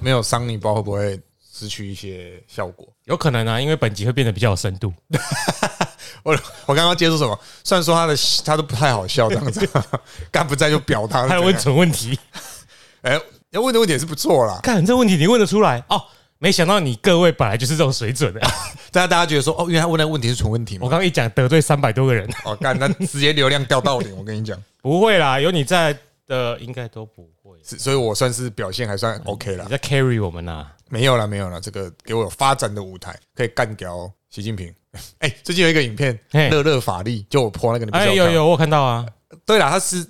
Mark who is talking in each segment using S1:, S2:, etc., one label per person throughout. S1: 没有伤你包会不会失去一些效果？
S2: 有可能啊，因为本集会变得比较有深度。
S1: 我我刚刚接触什么？虽然说他的他都不太好笑这样子， 干不在就表他。
S2: 还有问蠢问题，
S1: 哎，要问的问题也是不错啦。
S2: 看这问题你问得出来哦？没想到你各位本来就是这种水准的。
S1: 大家大家觉得说，哦，原来他问的问题是纯问题
S2: 我
S1: 嘛？
S2: 刚刚一讲得罪三百多个人，
S1: 哦，干，那直接流量掉到顶，我跟你讲，
S2: 不会啦，有你在的应该都不会。
S1: 是所以我算是表现还算 OK 啦
S2: 你。在 carry 我们呐、啊？
S1: 没有啦，没有啦，这个给我有发展的舞台，可以干掉习近平。 哎、最近有一个影片
S2: 嘿
S1: 《乐乐法力》，就我泼那个，你不是
S2: 哎，
S1: 有看
S2: 有
S1: 吗
S2: 有，我有看到啊。
S1: 对啦，他是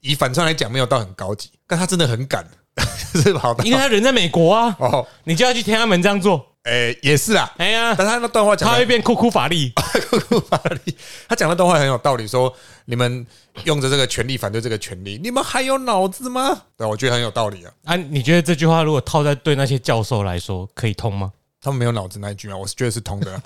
S1: 以反串来讲，没有到很高级，但他真的很敢， 是好的
S2: 因为他人在美国啊，
S1: 哦。
S2: 你就要去天安门这样做。
S1: 哎、也是啦，
S2: 哎呀，
S1: 但他那段话讲
S2: 他会
S1: 的
S2: 变酷酷法力。
S1: 法力，他讲那段话很有道理，说你们用着这个权利反对这个权利，你们还有脑子吗？对，我觉得很有道理啊。
S2: 啊，你觉得这句话如果套在对那些教授来说，可以通 吗？
S1: 他们没有脑子那一句啊，我是觉得是通的啊。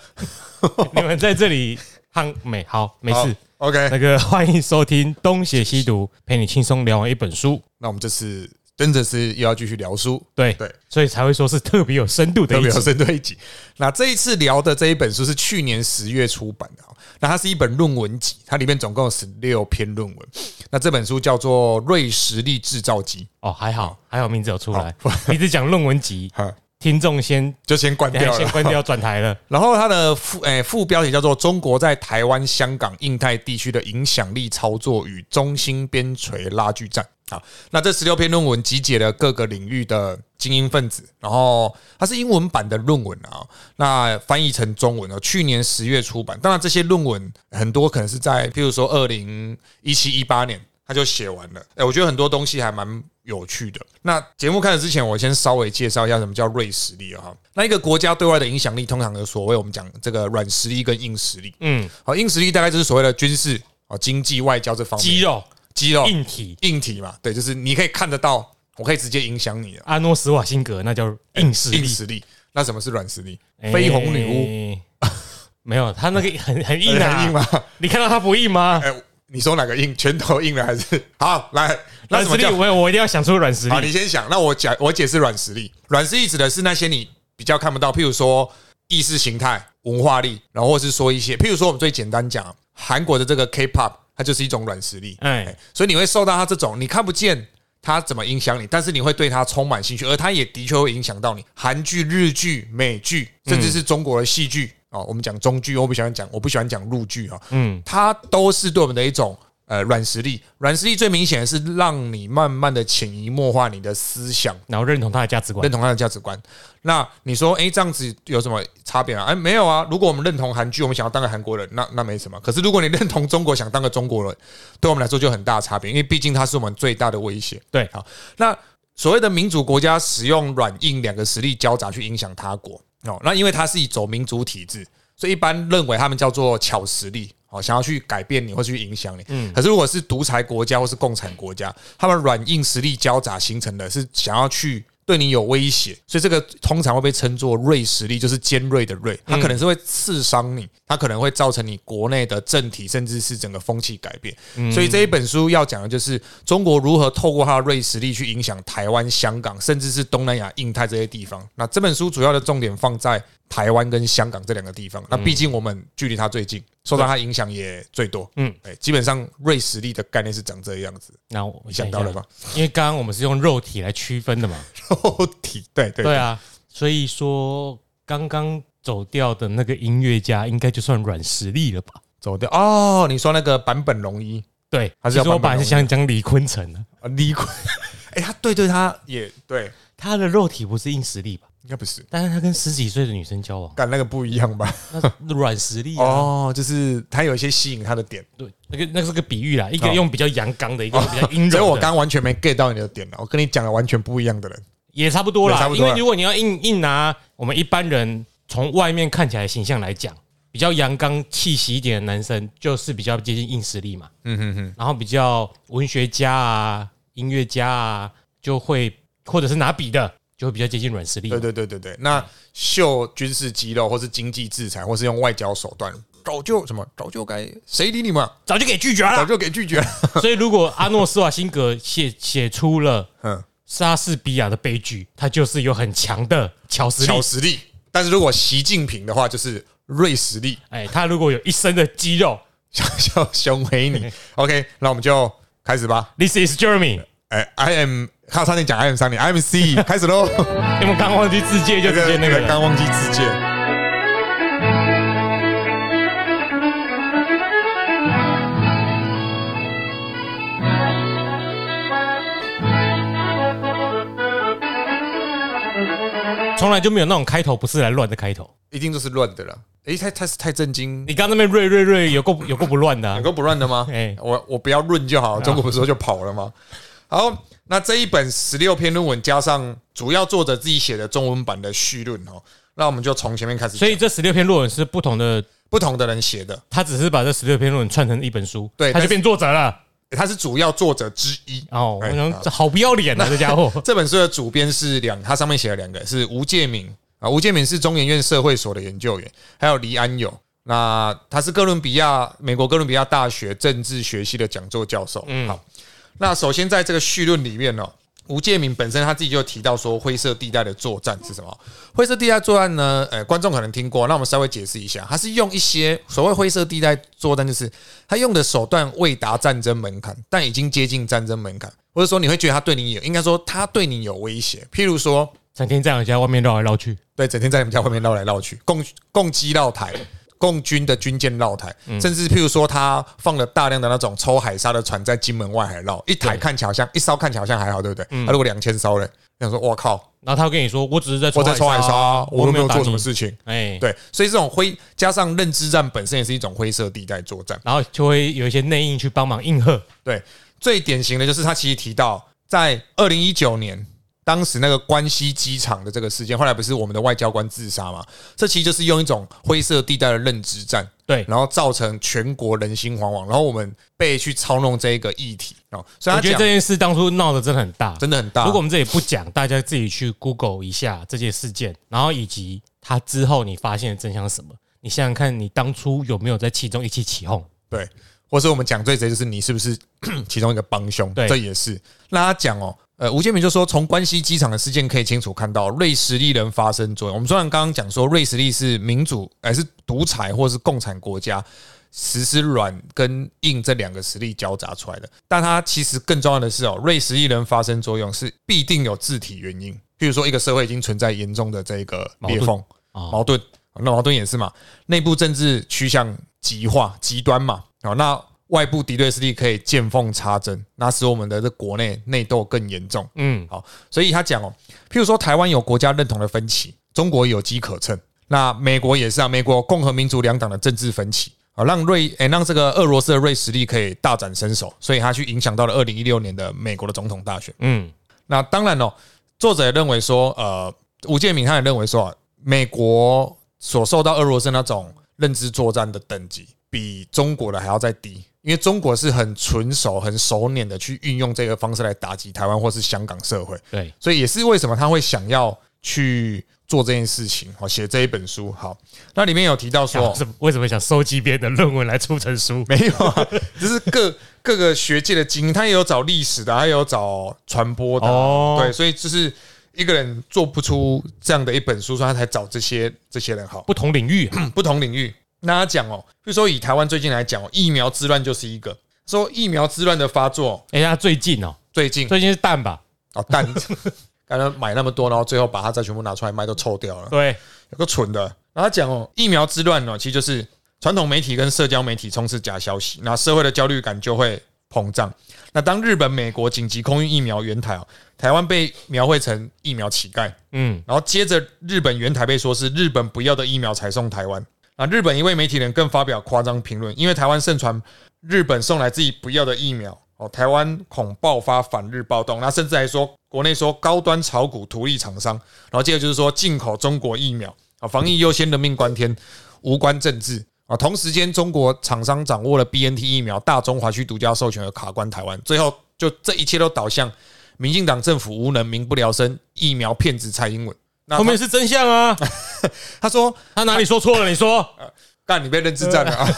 S2: 你们在这里汉美好 没事。
S1: 好，OK，
S2: 那个欢迎收听《东邪西毒》，陪你轻松聊完一本书。
S1: 那我们这次真的是又要继续聊书，
S2: 对
S1: 对，
S2: 所以才会说是特别有深度的
S1: 特别
S2: 一
S1: 有
S2: 集。
S1: 针对一集。那这一次聊的这一本书是去年十月出版的哦，那它是一本论文集，它里面总共有十六篇论文。那这本书叫做《瑞实力制造机
S2: 哦，还好，还好名字有出来。你只讲论文集》，
S1: 哈，
S2: 听众先
S1: 就先关
S2: 等一
S1: 掉
S2: 下先
S1: 了。
S2: 关掉转台了。
S1: 然后它的副诶、副标题叫做《中国在台湾、香港、印太地区的影响力操作与中心边陲拉锯战》。好，那这十六篇论文集结了各个领域的精英分子，然后它是英文版的论文啊、那翻译成中文哦，去年十月出版。当然，这些论文很多可能是在，譬如说二零一七一八年他就写完了。哎，我觉得很多东西还蛮有趣的。那节目开始之前，我先稍微介绍一下什么叫软实力啊哈。那一个国家对外的影响力，通常有所谓我们讲这个软实力跟硬实力。
S2: 嗯，
S1: 好，硬实力大概就是所谓的军事、哦经济、外交这方面，
S2: 肌肉
S1: 肌肉
S2: 硬体，
S1: 硬体嘛，对，就是你可以看得到，我可以直接影响你的
S2: 阿诺斯瓦辛格那叫硬实
S1: 硬
S2: 力。
S1: 实力。那什么是软实力？
S2: 哎
S1: 绯红女巫。
S2: 没有，他那 个很很硬
S1: 很硬
S2: 啊，
S1: 吗？
S2: 你看到他不硬吗？
S1: 哎、你说哪个硬？拳头硬了还是好？来，那
S2: 软
S1: 什么
S2: 实力，
S1: 叫
S2: 我我一定要想出软实
S1: 好？
S2: 力。
S1: 你先想，那我讲，我解释软实力。软实力指的是那些你比较看不到，譬如说意识形态、文化力，然后或是说一些，譬如说我们最简单讲，韩国的这个 K-pop，它就是一种软实力。
S2: 哎，
S1: 所以你会受到他这种你看不见他怎么影响你，但是你会对他充满兴趣，而他也的确会影响到你。韩剧、日剧、美剧，甚至是中国的戏剧哦，我们讲中剧，我不喜欢讲，我不喜欢讲陆剧啊，
S2: 嗯，
S1: 它都是对我们的一种。呃，软实力，软实力最明显的是让你慢慢的潜移默化你的思想，
S2: 然后认同他的价值观
S1: 认。同他的价值观。那你说，诶，这样子有什么差别啊？哎、没有啊。如果我们认同韩剧，我们想要当个韩国人，那那没什么。可是如果你认同中国，想当个中国人，对我们来说就很大差别，因为毕竟它是我们最大的威胁。
S2: 对
S1: 好，那所谓的民主国家使用软硬两个实力交杂去影响他国哦，那因为它是以走民主体制，所以一般认为他们叫做巧实力。哦，想要去改变你或去影响你，可是如果是独裁国家或是共产国家，他们软硬实力交杂形成的是想要去对你有威胁，所以这个通常会被称作锐实力，就是尖锐的锐，它可能是会刺伤你，它可能会造成你国内的政体甚至是整个风气改变。所以这一本书要讲的就是中国如何透过它的锐实力去影响台湾、香港，甚至是东南亚、印太这些地方。那这本书主要的重点放在台湾跟香港这两个地方，那毕竟我们距离它最近，受到它影响也最多。
S2: 嗯
S1: 嗯，哎，基本上锐实力的概念是长这个样子，
S2: 那我
S1: 你想到了吗？？
S2: 因为刚刚我们是用肉体来区分的嘛。
S1: 肉哦体，对对
S2: 对
S1: 对
S2: 啊，所以说刚刚走掉的那个音乐家，应该就算软实力了吧？
S1: 走掉哦。你说那个版本龙一
S2: 对，
S1: 还是
S2: 其
S1: 要
S2: 实我本来
S1: 版本
S2: 是
S1: 龙
S2: 想讲李坤城的，
S1: 啊，李逵， 哎，他对对，他也对，
S2: 他的肉体不是硬实力吧？
S1: 应该不是，
S2: 但是他跟十几岁的女生交往，
S1: 干那个不一样吧？
S2: 那软实力啊，
S1: 哦，就是他有一些吸引他的点，
S2: 对，那个那个是个比喻啦，一个
S1: 哦
S2: 用比较阳刚的，一个用比较 阴
S1: 所以
S2: 柔
S1: 我
S2: 的，
S1: 刚完全没 get 到你的点了。啊我跟你讲了完全不一样的人，
S2: 也差不多
S1: 也
S2: 啦。
S1: 差不
S2: 因
S1: 多啦
S2: 为如果你要硬硬拿我们一般人从外面看起来的形象来讲，比较阳刚气息一点的男生，就是比较接近硬实力嘛。
S1: 嗯哼哼，
S2: 然后比较文学家啊、音乐家啊，就会或者是拿笔的，就会比较接近软实力。
S1: 对对对对对。那秀军事肌肉，或是经济制裁，或是用外交手段，早就什么早就该谁理你们啊，
S2: 早就给拒绝
S1: 早
S2: 了。
S1: 就给拒绝了。
S2: 所以如果阿诺斯瓦辛格写写出了
S1: 嗯，
S2: 莎士比亚的悲剧，它就是有很强的巧实力
S1: 巧。实力。但是如果习近平的话，就是锐实力，
S2: 哎，他如果有一身的肌肉
S1: 小小熊维 尼。OK，那我们就开始吧。
S2: ，This is Jeremy。
S1: 哎、i am，他差点讲 I am 三零，I am C，开 始喽。
S2: 你们刚忘记自介就直接那个了。
S1: 刚忘记自荐。
S2: 从来就没有那种开头不是来乱的开头。
S1: 一定就是乱的了。诶，太太太震惊，
S2: 你刚那边瑞瑞瑞有够有够不乱的啊、
S1: 能够不乱的吗？
S2: 哎
S1: 我我不要论就好。中国不是说就跑了吗？好，那这一本十六篇论文加上主要作者自己写的中文版的序论哦，那我们就从前面开始讲。
S2: 所以这十六篇论文是不同的，
S1: 不同的人写的，
S2: 他只是把这十六篇论文串成一本书，
S1: 对
S2: 他
S1: 但
S2: 就是变作者了。
S1: 诶他是主要作者之一。
S2: 哦，我
S1: 哎。
S2: 想这好不要脸啊，这家伙
S1: 这本书的主编是两，他上面写了两个是吴介敏啊，吴介敏是中研院社会所的研究员，还有黎安友。那他是哥伦比亚美国哥伦比亚大学政治学系的讲座教授。嗯，好，那首先在这个序论里面呢、哦，吴介敏本身他自己就提到说灰色地带的作战是什么？灰色地带作战呢？呃，观众可能听过，那我们稍微解释一下，它是用一些所谓灰色地带作战，就是他用的手段未达战争门槛，但已经接近战争门槛，或者说你会觉得他对你有，应该说他对你有威胁，譬如说
S2: 整天这样在外面绕来绕去，
S1: 对，整天在你们家外面绕来绕去，共共机绕台，共军的军舰绕台，甚至譬如说他放了大量的那种抽海沙的船在金门外海绕，一台看起来好像一艘看起来好像还好，对不对？他、如果两千艘嘞，想说我靠，
S2: 然后他会跟你说：“我只是在
S1: 我在抽海
S2: 海
S1: 沙啊，我
S2: 我
S1: 又没有
S2: 打
S1: 做什么
S2: 你
S1: 事情。
S2: 哎，
S1: 对，所以这种灰加上认知战本身也是一种灰色地带作战。
S2: 然后就会有一些内应去帮忙应和。
S1: 对，最典型的就是他其实提到，在二零一九年，当时那个关西机场的这个事件，后来不是我们的外交官自杀嘛？这其实就是用一种灰色地带的认知战，
S2: 对
S1: 然后造成全国人心惶惶，然后我们被去操弄这一个议题哦。所以
S2: 我
S1: 他
S2: 觉得
S1: 讲
S2: 这件事当初闹得真的很大，
S1: 真的很大，
S2: 如果我们这里不讲，大家自己去 Google 一下这件事件，然后以及它之后你发现的真相是什么。你想想看，你当初有没有在其中一起起哄？
S1: 对，或是我们讲最直接就是你是不是 其中一个帮凶，
S2: 对
S1: 这也是。那他讲哦，呃，吴建明就说，从关西机场的事件可以清楚看到，瑞士利人发生作用。我们虽然刚刚讲说，瑞士利是民主，还、是独裁或是共产国家。实施软跟硬这两个实力交杂出来的，但它其实更重要的是哦，瑞士利人发生作用是必定有自体原因，譬如说一个社会已经存在严重的这个
S2: 矛
S1: 裂
S2: 盾
S1: 缝
S2: 哦
S1: 矛盾，那矛盾也是嘛，内部政治趋向极化、极端嘛，啊，那外部敌对势力可以见缝插针，那使我们的这国内内斗更严重。
S2: 嗯，
S1: 好，所以他讲哦，譬如说台湾有国家认同的分歧，中国有机可乘，那美国也是啊，美国共和民主两党的政治分歧。啊，让瑞诶、让这个俄罗斯的瑞实力可以大展身手，所以他去影响到了二零一六年的美国的总统大选。
S2: 嗯，
S1: 那当然哦，作者也认为说，呃，吴建明他也认为说啊，美国所受到俄罗斯那种认知作战的等级，比中国的还要再低，因为中国是很纯熟、很熟稔的去运用这个方式来打击台湾或是香港社会，
S2: 对，
S1: 所以也是为什么他会想要去做这件事情，好写这一本书。好，那里面有提到说，
S2: 是为什么想收集别人的论文来出成书？
S1: 没有啊，就是各各个学界的精英，他也有找历史的，他也有找传播的啊，
S2: 哦
S1: 对，所以就是一个人做不出这样的一本书，所以他才找这些这些人好，嗯
S2: 不同领域，
S1: 不同领域。那他讲哦，比如说以台湾最近来讲哦，疫苗之乱就是一个说疫苗之乱的发作哦，
S2: 哎，他最近哦，
S1: 最近
S2: 最近是蛋吧？
S1: 哦，但 刚刚买那么多，然后最后把它再全部拿出来卖，都臭掉了。
S2: 对，
S1: 有个蠢的。然后他讲哦，疫苗之乱哦，其实就是传统媒体跟社交媒体充斥假消息，那社会的焦虑感就会膨胀。那当日本、美国紧急空运疫苗援台哦，台湾被描绘成疫苗乞丐，
S2: 嗯，
S1: 然后接着日本援台被说是日本不要的疫苗才送台湾。啊，日本一位媒体人更发表夸张评论，因为台湾盛传日本送来自己不要的疫苗，哦，台湾恐爆发反日暴动。那甚至还说国内说高端炒股图利厂商，然后接着就是说进口中国疫苗，啊，防疫优先，人命关天，无关政治。啊，同时间，中国厂商掌握了 B N T 疫苗大中华区独家授权和卡关台湾，最后就这一切都导向民进党政府无能、民不聊生、疫苗骗子蔡英文。那
S2: 后面
S1: 他
S2: 是真相 啊，
S1: 他说
S2: 他哪里说错了？你说，
S1: 干你被认知战了 啊！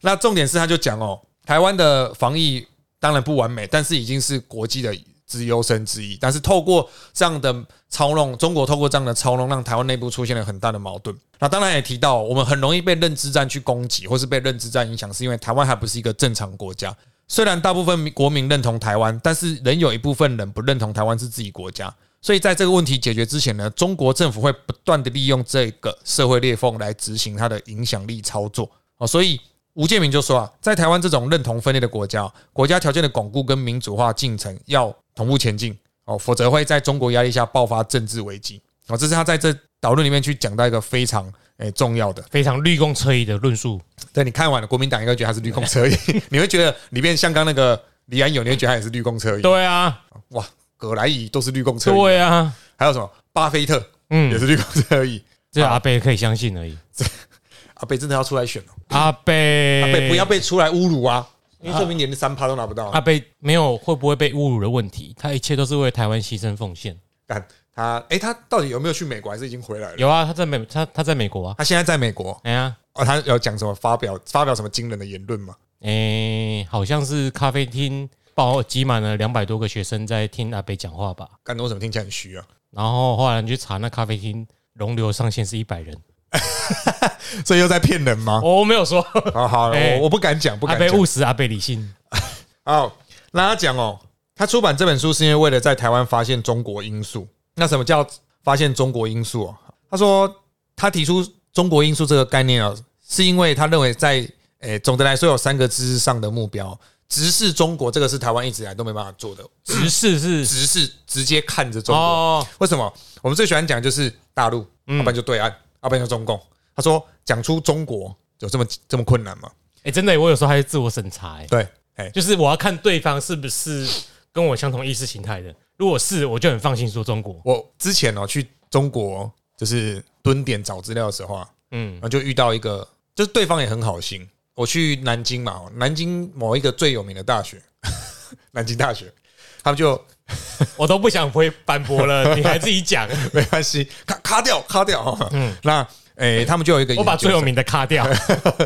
S1: 那重点是，他就讲哦，台湾的防疫当然不完美，但是已经是国际的之优生之一。但是透过这样的操弄，中国透过这样的操弄，让台湾内部出现了很大的矛盾。那当然也提到，我们很容易被认知战去攻击，或是被认知战影响，是因为台湾还不是一个正常国家。虽然大部分民国民认同台湾，但是仍有一部分人不认同台湾是自己国家。所以在这个问题解决之前呢，中国政府会不断的利用这个社会裂缝来执行它的影响力操作哦。所以吴建明就说啊，在台湾这种认同分裂的国家，国家条件的巩固跟民主化进程要同步前进哦，否则会在中国压力下爆发政治危机哦。这是他在这导论里面去讲到一个非常诶、重要的。
S2: 非常绿共车衣的论述，
S1: 对你看完了，国民党应该觉得他是绿共车衣， 你会觉得里面像刚那个李安友，你会觉得他也是绿共车衣。
S2: 对啊，
S1: 哇，葛莱仪都是绿共车衣，
S2: 对啊，
S1: 还有什么巴菲特也
S2: 嗯，
S1: 是绿共车衣。
S2: 这阿贝可以相信而已。
S1: 阿贝真的要出来选哦，
S2: 阿贝，
S1: 阿贝不要被出来侮辱啊，因为这明连三趴都拿不到啊
S2: 阿。贝没有会不会被侮辱的问题，他一切都是为台湾牺牲奉献。
S1: 干他，哎，他到底有没有去美国，还是已经回来了？
S2: 有啊，他在美，他他在美国啊。
S1: 他现在在美国
S2: 哎呀，
S1: 哦，他有讲什么发表发表什么惊人的言论吗？
S2: 哎，好像是咖啡厅报挤满了两百多个学生在听阿贝讲话吧。
S1: 干我怎么听起来很虚啊？
S2: 然后后来你去查那咖啡厅容留上限是一百人，
S1: 所以又在骗人吗？
S2: 哦我没有 说，
S1: 好好，
S2: 哎
S1: 我我不敢讲，不
S2: 阿
S1: 敢
S2: 贝
S1: 讲。
S2: 务实，阿贝理性。
S1: 好，那他讲哦，他出版这本书是因为为了在台湾发现中国因素。那什么叫发现中国因素、哦？他说他提出中国因素这个概念啊、哦，是因为他认为在诶、总的来说有三个知识上的目标，直视中国这个是台湾一直以来都没办法做的，
S2: 直视是
S1: 直视直接看着中国。
S2: 哦，嗯
S1: 为什么？我们最喜欢讲就是大陆，要不然就对岸，要不然就中共。他说讲出中国有这么这么困难吗？
S2: 哎，真的耶，我有时候还是自我审查，哎，
S1: 对，哎、
S2: 就是我要看对方是不是跟我相同意识形态的，如果是，我就很放心说中国。
S1: 我之前哦去中国就是蹲点找资料的时候啊，
S2: 嗯
S1: 然，后就遇到一个，就是对方也很好心。我去南京嘛，哦南京某一个最有名的大学， 南京大学，他们就
S2: 我都不想回反驳 了，你还自己讲，
S1: 没关系，卡卡掉卡掉。哦那诶、他们就有一个
S2: 嗯我把
S1: 研究生
S2: 最有名的卡 掉，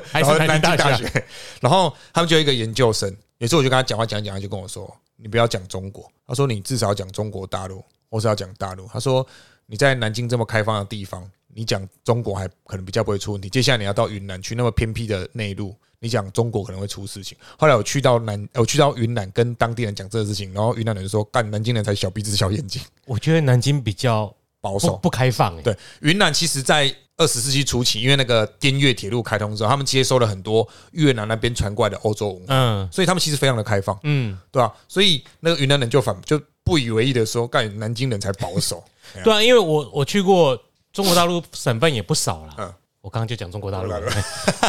S2: 还
S1: 然
S2: 是
S1: 后
S2: 南
S1: 南京
S2: 京大
S1: 大
S2: 学。
S1: 学，然后他们就有一个研究生，有一次我就跟他讲话讲一讲，他就跟我说：“你不要讲中国，他说你至少讲中国大陆，或是要讲大陆。”他说：“你在南京这么开放的地方，你讲中国还可能比较不会出问题。接下来你要到云南去那么偏僻的内陆，你讲中国可能会出事情。”后来我去到南，呃我去到云南跟当地人讲这个事情，然后云南人就说：“干，南京人才小鼻子小眼睛，
S2: 我觉得南京比较
S1: 保守
S2: 不。”不开放，哎，
S1: 对，云南其实在二十世纪初期，因为那个滇越铁路开通之后，他们接收了很多越南那边传过来的欧洲文化，
S2: 嗯
S1: 所以他们其实非常的开放，
S2: 嗯，
S1: 对吧、所以那个云南人就反就不以为意的说，干南京人才保 守，
S2: 对啊，因为我我去过中国大陆省份也不少啦。
S1: 嗯
S2: 我刚刚就讲中国大陆
S1: 中国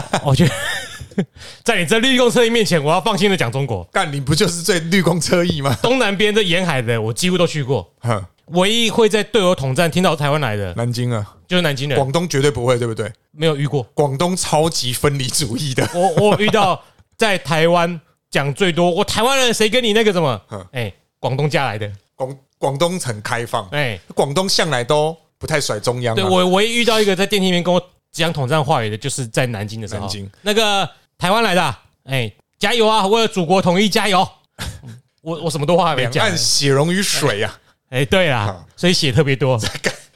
S1: 大，
S2: 我觉得 在你这绿共车衣面前，我要放心的讲中 国。
S1: 干你不就是最绿光车翼吗？
S2: 东南边这沿海的，我几乎都去过。
S1: 哼，
S2: 唯一会在对我统战听到台湾来的，
S1: 南京啊，
S2: 就是南京人，
S1: 广东绝对不会，对不对？
S2: 没有遇过。
S1: 广东超级分离主义的，
S2: 我我有遇到在台湾讲最多，我台湾人谁跟你那个什
S1: 嗯
S2: 么？哎，广东嫁来的，
S1: 广广东很开放，
S2: 哎，
S1: 广东向来都不太甩中央、
S2: 对
S1: 啊。
S2: 我唯一遇到一个在电梯里面跟我讲统战话语的，就是在南京的时候，
S1: 南京
S2: 那个台湾来的啊，哎，加油啊！为了祖国统一加油！ 我我什么都话还没
S1: 两
S2: 讲
S1: 岸，血溶于水啊！
S2: 哎，对啦
S1: 好，
S2: 所以血特 别多，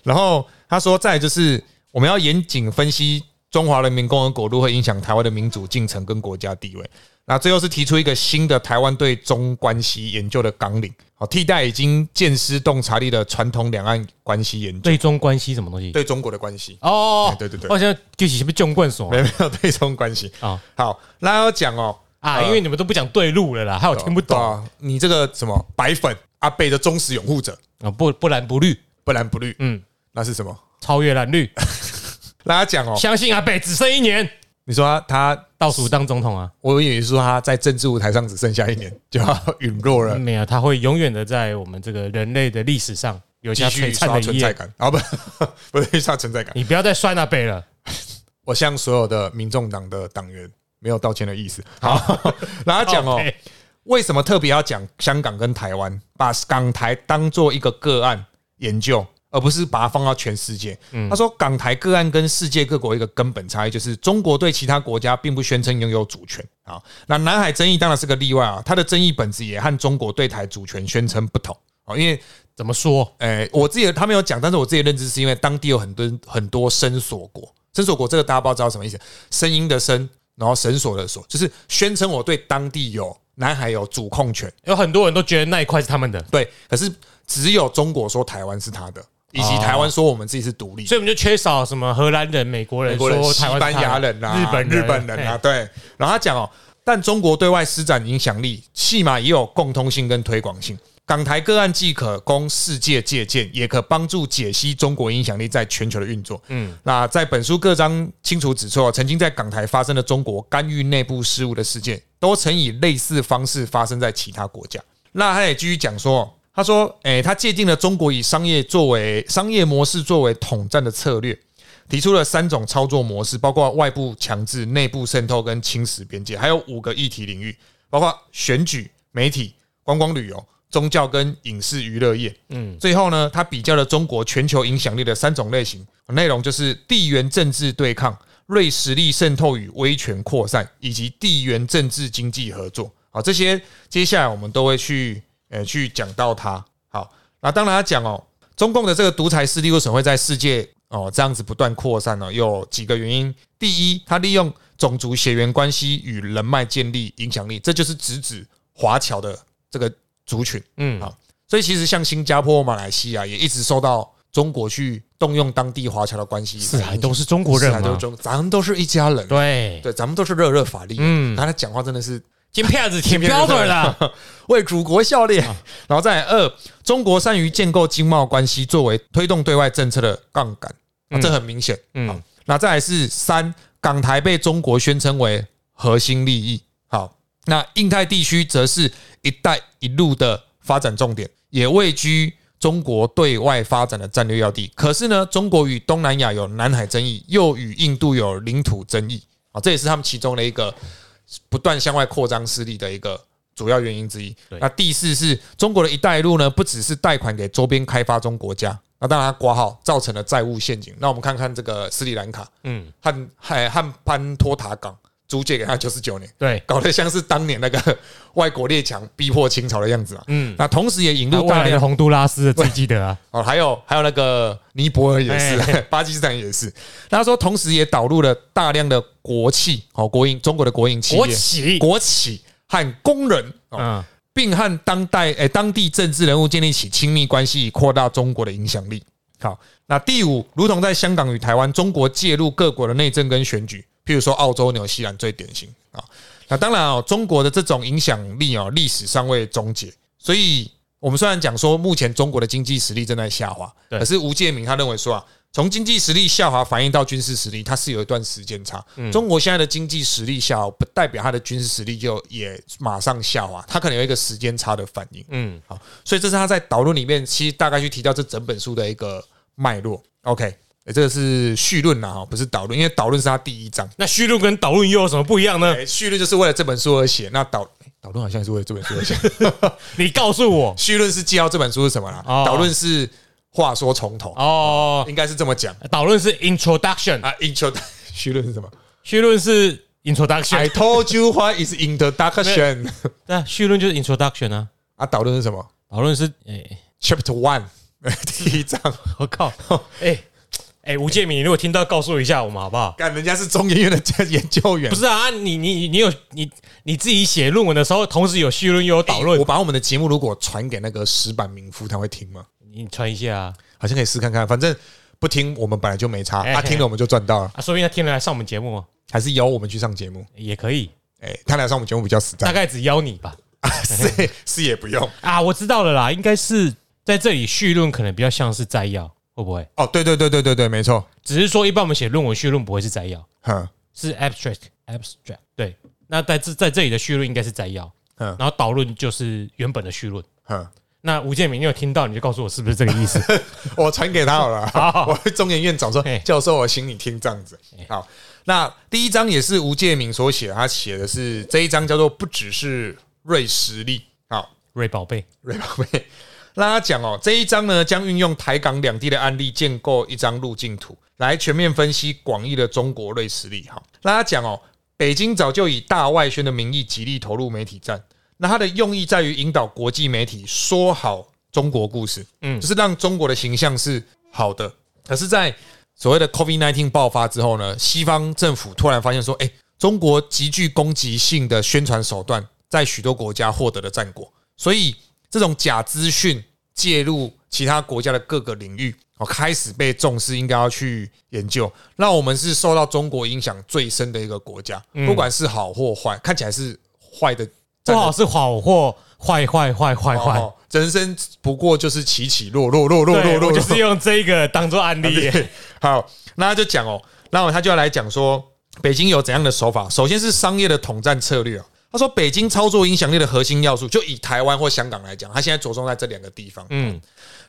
S1: 然后他说，再来就是我们要严谨分析中华人民共和国如何影响台湾的民主进程跟国家地位。那最后是提出一个新的台湾对中关系研究的纲领，好替代已经见识洞察力的传统两岸关系研究，
S2: 对中关系什么东西？
S1: 对中国的关系，
S2: 哦，
S1: 对对对对
S2: 我想就是什么中棍所
S1: 没有没有对中关系。
S2: 啊
S1: 好，那要讲哦，
S2: 啊，
S1: 呃
S2: 因为你们都不讲对路了啦，害我听不懂啊，
S1: 啊，你这个什么白粉阿贝的忠实拥护者，
S2: 哦不不蓝不绿，
S1: 不蓝不绿，
S2: 嗯，
S1: 那是什么？
S2: 超越蓝绿，
S1: 那他讲哦，
S2: 相信阿北只剩一年，
S1: 你说他他，
S2: 倒数当总统啊，
S1: 我以为是说他在政治舞台上只剩下一年就要陨落了，
S2: 没有，他会永远的在我们这个人类的历史上留
S1: 继
S2: 下
S1: 续
S2: 璀
S1: 刷
S2: 璨的
S1: 存
S2: 一
S1: 在
S2: 页。
S1: 感啊，不，不 是刷存在感。
S2: 你不要再酸阿北了。
S1: 我向所有的民众党的党员没有道歉的意思。好， 然后他讲哦，
S2: OK
S1: 为什么特别要讲香港跟台湾，把港台当做一个个案研究，而不是把它放到全世界？他说，港台个案跟世界各国一个根本差异就是，中国对其他国家并不宣称拥有主权啊。那南海争议当然是个例外啊，它的争议本质也和中国对台主权宣称不同。哦，因为
S2: 怎么说？
S1: 诶、哎我自己的他没有讲，但是我自己的认知是因为当地有很多很多深锁国，深锁国这个大家不知道什么意思，声音的声，然后绳索的索，就是宣称我对当地有南海有主控权，
S2: 有很多人都觉得那一块是他们的，
S1: 对，可是只有中国说台湾是他的，以及
S2: 哦
S1: 台湾说我们自己是独立，
S2: 所以我们就缺少什么荷兰人、美国人、
S1: 美国人、
S2: 说
S1: 西
S2: 台湾
S1: 班牙人
S2: 啦、
S1: 啊、
S2: 日本
S1: 日本人啊，，对。然后他讲哦，但中国对外施展影响力，戏码也有共通性跟推广性。港台个案既可供世界借鉴，也可帮助解析中国影响力在全球的运作。嗯，那在本书各章清楚指出哦，曾经在港台发生的中国干预内部事务的事件，都曾以类似方式发生在其他国家。那他也继续讲说，哦他说，诶、他界定了中国以商业作为商业模式作为统战的策略，提出了三种操作模式，包括外部强制、内部渗透跟侵蚀边界，还有五个议题领域，包括选举、媒体、观光旅游、宗教跟影视娱乐业。嗯，最后呢，他比较了中国全球影响力的三种类型，内容就是地缘政治对抗、瑞实力渗透与威权扩散，以及地缘政治经济合作。好，这些接下来我们都会去呃去讲到它。好，那当然他讲哦，中共的这个独裁势力为什么会在世界哦这样子不断扩散呢？有几个原因。第一，他利用种族血缘关系与人脉建立影响力，这就是直指华侨的这个族群。
S2: 嗯
S1: 好，所以其实像新加坡、马来西亚也一直受到中国去动用当地华侨的关系，
S2: 四海都是中国
S1: 是
S2: 人
S1: 啊，都是
S2: 嘛，
S1: 中，咱们都是一家人。
S2: 对，
S1: 对，咱们都是热热法力。嗯，
S2: 嗯
S1: 他讲话真的是
S2: 金票子挺标 准的，
S1: 为祖国效力。
S2: 啊
S1: 然后再来二，中国善于建构经贸关系作为推动对外政策的杠杆，啊
S2: 嗯
S1: 这很明显。
S2: 嗯，
S1: 那再来是三，港台被中国宣称为核心利益。好，那印太地区则是“一带一路”的发展重点，也位居中国对外发展的战略要地。可是呢，中国与东南亚有南海争议，又与印度有领土争议啊，这也是他们其中的一个不断向外扩张势力的一个。主要原因之一。
S2: 对
S1: 那第四是中国的一带一路呢，不只是贷款给周边开发中国家，那当然它挂号造成了债务陷阱。那我们看看这个斯里兰卡，
S2: 嗯，
S1: 汉海汉潘托塔港租借给他九十九年，
S2: 对，
S1: 搞得像是当年那个外国列强逼迫清朝的样子啊。
S2: 嗯，
S1: 那同时也引
S2: 那
S1: 入
S2: 未
S1: 大
S2: 来的
S1: 量
S2: 洪都拉斯的自己记得啊，
S1: 哦，还有还有那个尼泊尔也
S2: 哎
S1: 是，巴基斯坦也是。那他说，同时也导入了大量的国企哦，国营中国的国营企业、
S2: 国企，
S1: 国企和工人哦，
S2: 嗯，
S1: 并和当代诶、当地政治人物建立起亲密关系，以扩大中国的影响力。好，那第五，如同在香港与台湾，中国介入各国的内政跟选举，譬如说澳洲、纽西兰最典型啊。那当然哦，中国的这种影响力哦，历史尚未终结，所以我们虽然讲说目前中国的经济实力正在下滑，
S2: 对
S1: 可是吴建明他认为说啊，从经济实力下滑反映到军事实力，它是有一段时间差。
S2: 嗯
S1: 中国现在的经济实力下滑，不代表它的军事实力就也马上下滑，它可能有一个时间差的反应。
S2: 嗯，
S1: 好，所以这是他在导论里面其实大概去提到这整本书的一个脉络。OK，欸这个是绪论啦，哈，不是导论，因为导论是他第一章。
S2: 那虚论跟导论又有什么不一样呢？
S1: 欸绪论就是为了这本书而写，那导欸导论好像也是为了这本书 而写。
S2: 你告诉我
S1: 绪论是介绍这本书是什么啦，
S2: 哦
S1: 导论是话说从头，
S2: 哦，
S1: 应该是这么讲
S2: 导论是 introduction，
S1: 啊。Intro 绪论是什么
S2: 虚论是
S1: ？I
S2: introduction，
S1: told you why is introduction
S2: 哎那虚论就是 introduction 啊，
S1: 啊。导论是什么
S2: 导论是哎，
S1: ？Chapter One 第一章，
S2: 我靠，哎哎，吴建民，你如果听到告诉我一下我们好不 好？
S1: 干人家是中研院的研究员
S2: 不，是啊，你你你有你你自己写论文的时候，同时有绪论又有哎导论
S1: 我，把我们的节目如果传给那个石板民夫，他会听吗？
S2: 你传一下啊，
S1: 好像可以试看看，反正不听我们本来就没差，
S2: 哎
S1: 他、听了我们就赚到了，
S2: 啊，说不定他听了来上我们节目
S1: 还是邀我们去上节目。
S2: 也可以，
S1: 哎、他来上我们节目比较实
S2: 大
S1: 在，
S2: 概只邀你吧。
S1: 啊是是也不用
S2: 啊，我知道了啦，应该是在这里绪论可能比较像是摘要，会不会？
S1: 哦。对对对对对对，没错，
S2: 只是说一般我们写论文绪论不会是摘要，
S1: 哼
S2: 是 abstract abstract。对，那在这在这里的绪论应该是摘要，
S1: 嗯
S2: 然后导论就是原本的绪论。
S1: 哼，
S2: 那吴建明，你有听到你就告诉我是不是这个意思？
S1: 我传给他好了。
S2: 好
S1: 我去中研院长说
S2: 嘿，
S1: 教授，我请你听这样子。好，那第一章也是吴建明所写的，他写的是这一章叫做“不只是瑞实力”。好，
S2: 瑞宝 贝，
S1: 瑞宝贝，让他讲哦，这一章呢将运用台港两地的案例，建构一张路径图，来全面分析广义的中国瑞实力。好，让他讲哦，北京早就以大外宣的名义极力投入媒体战，那它的用意在于引导国际媒体说好。中国故事，
S2: 嗯
S1: 就是让中国的形象是好的。可是，在所谓的 COVID 1 9爆发之后呢，西方政府突然发现说，哎、中国极具攻击性的宣传手段在许多国家获得了战果，所以这种假资讯介入其他国家的各个领域，哦，开始被重视，应该要去研究。那我们是受到中国影响最深的一个国家，
S2: 嗯
S1: 不管是好或坏，看起来是坏的
S2: 不
S1: 占了
S2: 好是好货，坏坏坏坏坏。
S1: 哦，人生不过就是起起落落，落落落
S2: 对，
S1: 落落
S2: 我就。是用这个当做案例。
S1: 对好，那他就讲哦，那我他就要来讲说，北京有怎样的手法？首先是商业的统战策略啊。他说，北京操作影响力的核心要素，就以台湾或香港来讲，他现在着重在这两个地方。
S2: 嗯，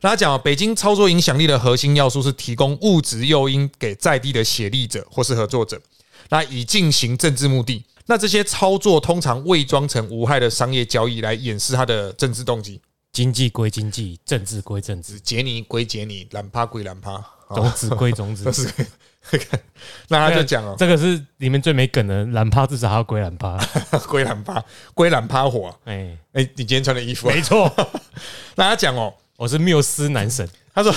S1: 那他讲哦，北京操作影响力的核心要素是提供物质诱因给在地的协力者或是合作者，那以进行政治目的。那这些操作通常伪装成无害的商业交易来掩饰他的政治动机。
S2: 经济归经济，政治归政治，
S1: 解你归解你，懒趴归懒趴，哦好
S2: 种子归种 子。
S1: 那他就讲哦，
S2: 哦这个是里面最没梗的，懒趴至少还要归懒趴。
S1: 归懒趴，归懒趴火啊。
S2: 哎，
S1: 哎、你今天穿的衣服、啊？
S2: 没错，
S1: 那他讲哦，
S2: 我是缪斯男神。
S1: 他说，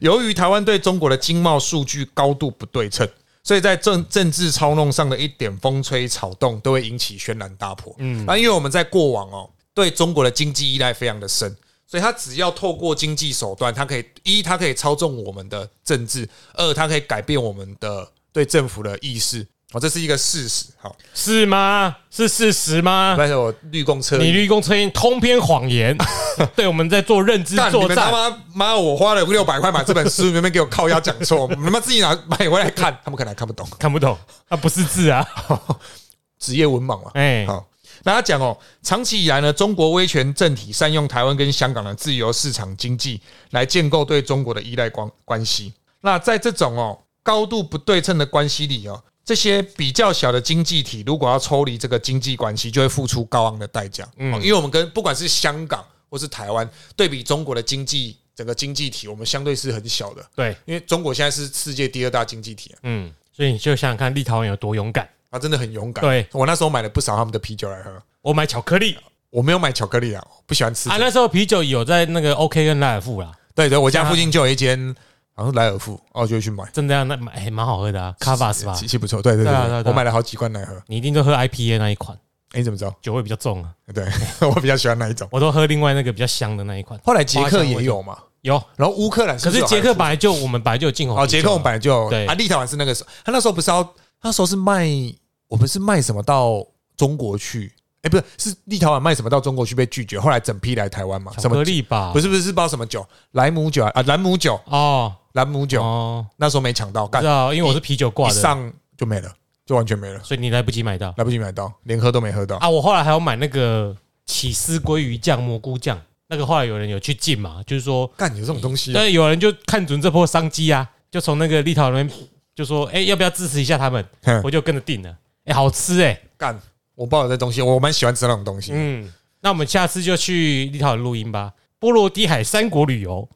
S1: 由于台湾对中国的经贸数据高度不对称，所以在政政治操弄上的一点风吹草动，都会引起轩然大波。嗯，那因为我们在过往哦，对中国的经济依赖非常的深，所以他只要透过经济手段，他可以一，他可以操纵我们的政治；二，他可以改变我们的对政府的意识。哦，这是一个事实。好，
S2: 是吗？是事实吗？
S1: 但是我绿共车，
S2: 你绿公车通篇 谎言，对我们在做认知
S1: 干你
S2: 作
S1: 们他
S2: 战。
S1: 妈妈！我花了六百块买这本书，你们给我靠腰讲错，你们他妈自己拿买回来看，他们可能还看不懂，
S2: 看不懂，啊，不是 字啊，
S1: 职业文盲嘛。
S2: 哎，
S1: 好，那他讲哦，长期以来呢，中国威权政体善用台湾跟香港的自由市场经济来建构对中国的依赖关关系。那在这种哦高度不对称的关系里哦，这些比较小的经济体如果要抽离这个经济关系，就会付出高昂的代价。嗯，因为我们跟不管是香港或是台湾对比中国的经济整个经济体，我们相对是很小的，
S2: 对，
S1: 因为中国现在是世界第二大经济体啊，
S2: 嗯，所以你就想想看，立陶宛有多勇敢。
S1: 他真的很勇敢。
S2: 对
S1: 我那时候买了不少他们的啤酒来喝，
S2: 我买巧克力
S1: 我没有买巧克力啊，我不喜欢吃
S2: 啊，那时候啤酒有在那个 OK 跟莱尔富啦，
S1: 对对，我家附近就有一间，
S2: 啊
S1: 好像莱尔富，哦，就会去买，
S2: 真的要那买，哎，蛮好喝的啊 c a v a s 吧
S1: 其，实不错。对对
S2: 对啊对啊
S1: 对，
S2: 对啊
S1: 我买了好几罐来喝。
S2: 你一定都喝 IPA 那一款，
S1: 哎，你怎么知道？
S2: 酒味比较重啊，
S1: 对 我比较喜欢那一种。
S2: 我都喝另外那个比较香的那一款。
S1: 后来捷克也有嘛，
S2: 有，
S1: 然后乌克兰
S2: 可是
S1: 不
S2: 捷
S1: 有
S2: 克
S1: 还
S2: 本来就我们本来就有进口
S1: 哦，
S2: 啤
S1: 捷克
S2: 酒啊
S1: 我们本来就有
S2: 对
S1: 啊，立陶宛是那个时候，他那时候不是要，他那时候是卖，我们是卖什么到中国去？哎，不是，是立陶宛卖什么到中国去被拒绝，后来整批来台湾嘛？
S2: 巧
S1: 什
S2: 克
S1: 么？
S2: 力啊吧？
S1: 不
S2: 是
S1: 是不是，是包什么酒？莱姆酒啊啊，兰姆酒，
S2: 哦
S1: 兰姆酒，
S2: 哦，
S1: 那时候没抢到，
S2: 不
S1: 干
S2: 知道，因为我是啤酒挂
S1: 一
S2: 的，
S1: 上就没了，就完全没了。
S2: 所以你来不及买到
S1: 来不及买到，连喝都没喝到。
S2: 啊。我后来还有买那个起司鲑鱼酱、蘑菇酱，那个后来有人有去进嘛，就是说
S1: 干有这种东西、啊
S2: 但，是有人就看准这波商机啊，就从那个立陶宛那边就说，哎、要不要支持一下他们
S1: 哼？
S2: 我就跟着订了，哎、好吃哎、
S1: 干！我不知道有这东西，我蛮喜欢吃那种东西。
S2: 嗯，那我们下次就去立陶宛录音吧，波罗的海三国旅游，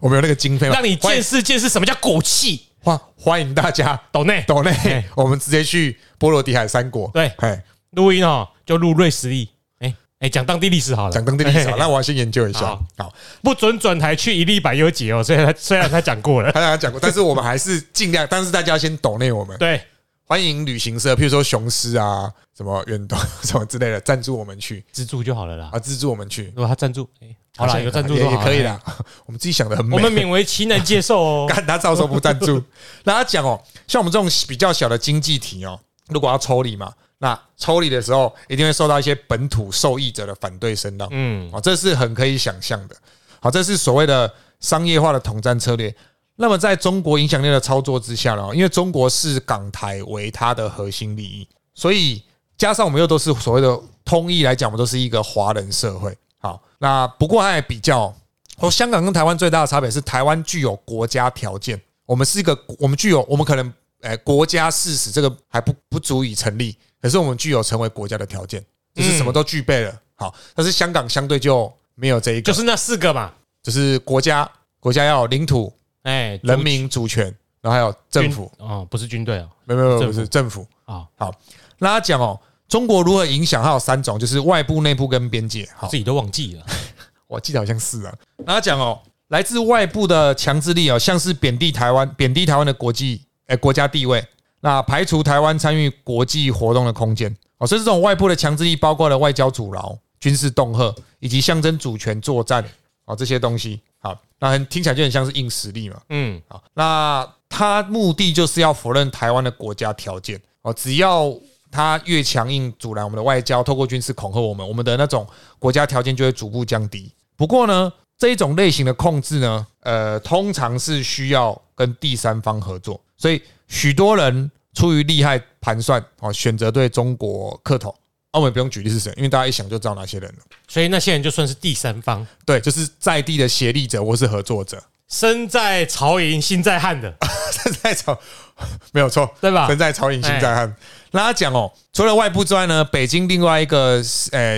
S1: 我们有那个经费吗？
S2: 让你
S1: 欢
S2: 见
S1: 迎
S2: 识见识什么叫骨气，
S1: 欢欢迎大家
S2: 哎懂内
S1: 岛内
S2: 哎，
S1: 我们直接去波罗的海三国。
S2: 对
S1: 哎，
S2: 录音哦，就录瑞士历，哎、哎，讲、当地历史好了，
S1: 讲当地历史啊，
S2: 嘿嘿
S1: 那我要先研究一下
S2: 好。
S1: 好，
S2: 不准转台去一粒百优节哦，虽然他虽然他讲过了，
S1: 他刚刚讲过，但是我们还是尽量，但是大家先岛内我们。
S2: 对，
S1: 欢迎旅行社，譬如说雄狮啊，什么远东 什么之类的，赞助我们去
S2: 资助就好了啦，
S1: 啊，资助我们去
S2: 如。果他赞助，哎、好
S1: 像
S2: 啦，有赞助
S1: 也
S2: 就
S1: 也
S2: 好
S1: 可以
S2: 了，
S1: 啦。 我们自己想的很美
S2: 我。们勉为其难接受哦，
S1: 干他照说不赞助。 那他讲哦，像我们这种比较小的经济体哦，如果要抽离嘛，那抽离的时候一定会受到一些本土受益者的反对声浪，
S2: 嗯。
S1: 哦，这是很可以想象的。好，这是所谓的商业化的统战策略。那么，在中国影响力的操作之下呢，因为中国视港台为它的核心利益，所以加上我们又都是所谓的通义来讲，我们都是一个华人社会。好，那不过它也比较哦，香港跟台湾最大的差别是，台湾具有国家条件，我们是一个，我们具有，我们可能，诶、国家事实这个还不不足以成立，可是我们具有成为国家的条件，就是什么都具备了。好，但是香港相对就没有这一个，
S2: 就是那四个嘛，
S1: 就是国家，国家要有领土、
S2: 哎，
S1: 人民主权，然后还有
S2: 军
S1: 政府，
S2: 哦，不是军队哦，
S1: 没有没有没有
S2: 政
S1: 不
S2: 府
S1: 是政府。
S2: 啊，
S1: 好，那他讲哦，中国如何影响，还有三种，就是外部、内部跟边界。好
S2: 自，己都忘记了，
S1: 我记得好像是啊。那他讲哦，来自外部的强制力哦，像是贬低台湾、贬低台湾的国际诶、国家地位，那排除台湾参与国际活动的空间哦，所以这种外部的强制力包括了外交阻挠、军事恫吓以及象征主权作战哦这些东西。好，那很听起来就很像是硬实力嘛。
S2: 嗯，
S1: 好，那他目的就是要否认台湾的国家条件哦，只要他越强硬阻拦我们的外交，透过军事恐吓我们，我们的那种国家条件就会逐步降低。不过呢，这一种类型的控制呢，呃，通常是需要跟第三方合作，所以许多人出于利害盘算哦，选择对中国磕头。澳门不用举例是谁，因为大家一想就知道哪些人了。
S2: 所以那些人就算是第三方，
S1: 对，就是在地的协力者或是合作者，
S2: 身在曹营心在汉的，
S1: 正在 吵，没有错。
S2: 对吧
S1: 存？在朝引新在汉。那他讲哦，除了外部之外呢，北京另外一个呃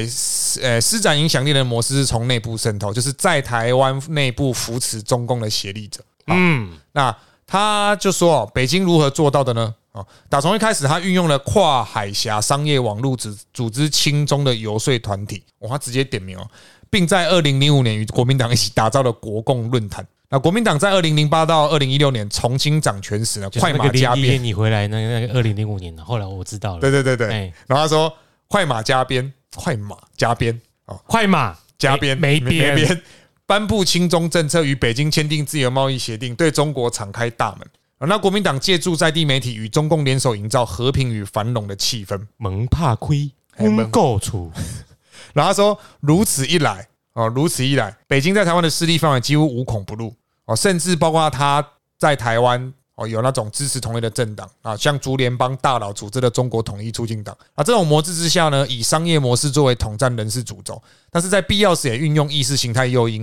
S1: 呃施展影响力的模式是从内部渗透，就是在台湾内部扶持中共的协力者。
S2: 嗯，
S1: 那他就说哦，北京如何做到的呢？哦，打从一开始，他运用了跨海峡商业网络组组织亲中的游说团体，哇，他直接点名哦，并在二零零五年与国民党一起打造了国共论坛。那国民党在二零零八到二零一六年重新掌权时呢，
S2: 就是
S1: 快
S2: 那
S1: 马
S2: 个
S1: 加
S2: 零一
S1: 鞭
S2: 年，你回来那个那个二零零五年的，啊后来我知道了，
S1: 对对对对，
S2: 哎
S1: 然后他说快马加鞭，快马加鞭哦，
S2: 快马
S1: 加鞭
S2: 没
S1: 没
S2: 没边，
S1: 鞭，颁布亲中政策，与北京签订自由贸易协定，对中国敞开大门。啊那国民党借助在地媒体与中共联手，营造和平与繁荣的气氛。
S2: 门怕亏，
S1: 哎门
S2: 温够处，
S1: 然后他说，如此一来，哦，如此一来，北京在台湾的势力范围几乎无孔不入，哦，甚至包括他在台湾。哦，有那种支持同一的政党啊，像竹联帮大佬组织的中国统一促进党啊，这种模式之下呢，以商业模式作为统战人士主轴，但是在必要时也运用意识形态诱因，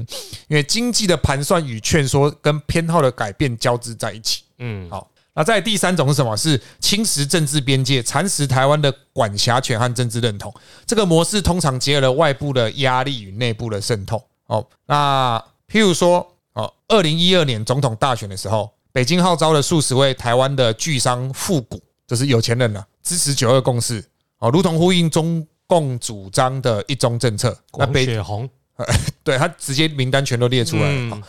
S1: 因为经济的盘算与劝说跟偏好的改变交织在一起。
S2: 嗯，
S1: 好，那在第三种是什么？是侵蚀政治边界，蚕食台湾的管辖权和政治认同。这个模式通常结合了外部的压力与内部的渗透。哦，那譬如说，哦，二零一二年总统大选的时候，北京号召了数十位台湾的巨商富股，就是有钱人了、支持九二共识，哦，如同呼应中共主张的一中政策。那
S2: 黄
S1: 北
S2: 雪红，
S1: 对他直接名单全都列出来了。
S2: 嗯
S1: 好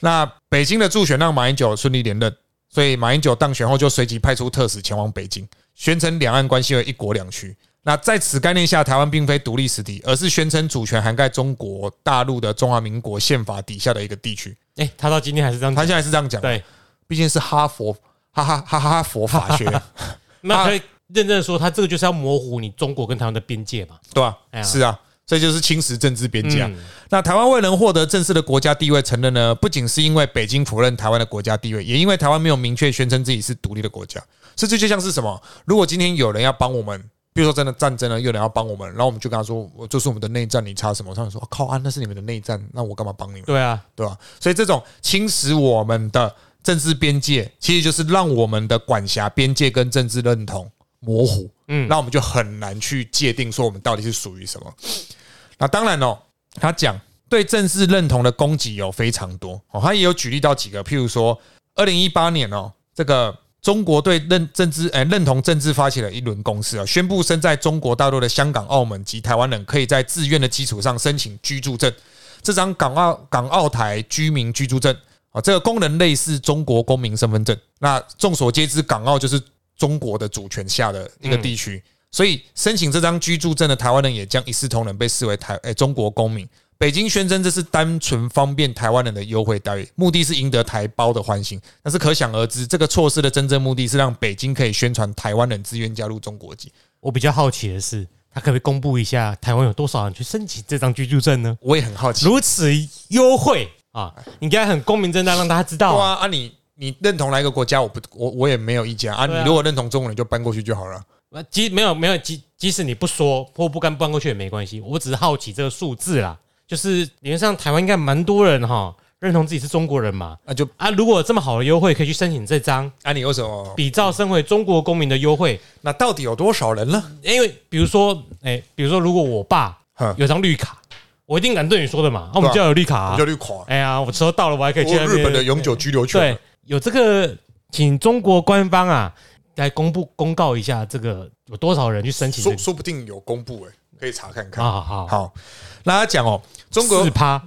S1: 那北京的助选让马英九顺利连任，所以马英九当选后就随即派出特使前往北京，宣称两岸关系为一国两区。那在此概念下，台湾并非独立实体，而是宣称主权涵盖中国大陆的中华民国宪法底下的一个地区。
S2: 哎，他到今天还是这样
S1: 他
S2: 讲，
S1: 现在是这样讲，
S2: 对，
S1: 毕竟是哈佛哈哈哈哈哈佛法学，
S2: 那
S1: 他
S2: 可以认真地说，他这个就是要模糊你中国跟台湾的边界嘛，
S1: 对吧、
S2: 哎呀
S1: 是啊，这就是侵蚀政治边界啊。
S2: 嗯
S1: 那台湾未能获得正式的国家地位承认呢，不仅是因为北京否认台湾的国家地位，也因为台湾没有明确宣称自己是独立的国家。所以这就像是什么？如果今天有人要帮我们，比如说真的战争了，有人要帮我们，然后我们就跟他说，我这是我们的内战，你差什么？他们说、靠啊，那是你们的内战，那我干嘛帮你们？
S2: 对啊，
S1: 对吧、所以这种侵蚀我们的政治边界，其实就是让我们的管辖边界跟政治认同模糊，
S2: 嗯
S1: 那我们就很难去界定说我们到底是属于什么。那当然哦，他讲对政治认同的攻击有非常多哦，他也有举例到几个，譬如说二零一八年哦，这个。中国对认政治，呃、认同政治发起了一轮攻势啊，宣布身在中国大陆的香港、澳门及台湾人可以在自愿的基础上申请居住证，这张港澳港澳台居民居住证啊，这个功能类似中国公民身份证。那众所皆知，港澳就是中国的主权下的一个地区，所以申请这张居住证的台湾人也将一视同仁被视为台诶、中国公民。北京宣称这是单纯方便台湾人的优惠待遇，目的是赢得台胞的欢心。但是可想而知，这个措施的真正目的是让北京可以宣传台湾人自愿加入中国籍。
S2: 我比较好奇的是，他可不可以公布一下台湾有多少人去申请这张居住证呢？
S1: 我也很好奇，
S2: 如此优惠啊，应该很光明正大让大家知道
S1: 对
S2: 啊。
S1: 啊，啊你你认同哪一个国家，我不我我也没有意见啊。
S2: 对啊
S1: 你如果认同中国，你就搬过去就好了。
S2: 呃即没有没有，即即使你不说或不敢搬过去也没关系，我只是好奇这个数字啦。就是理论上台湾应该蛮多人哈认同自己是中国人嘛
S1: 那就
S2: 啊，如果有这么好的优惠可以去申请这张，
S1: 啊，你为什么？
S2: 比照身为中国公民的优惠，
S1: 那到底有多少人呢？
S2: 因为比如说哎、比如说如果我爸
S1: 哼
S2: 有张绿卡，我一定敢对你说的嘛，啊、我
S1: 对
S2: 们
S1: 啊
S2: 家有绿卡、啊
S1: 你就，绿垮，
S2: 哎呀，我车到了，我还可以去
S1: 我
S2: 那边
S1: 日本的永久居留权
S2: 对，有这个，请中国官方啊来公布公告一下，这个有多少人去申请、这
S1: 说
S2: 个？
S1: 说不定有公布哎、可以查看看。
S2: 啊，好，
S1: 好，那他讲哦，中国
S2: 四趴，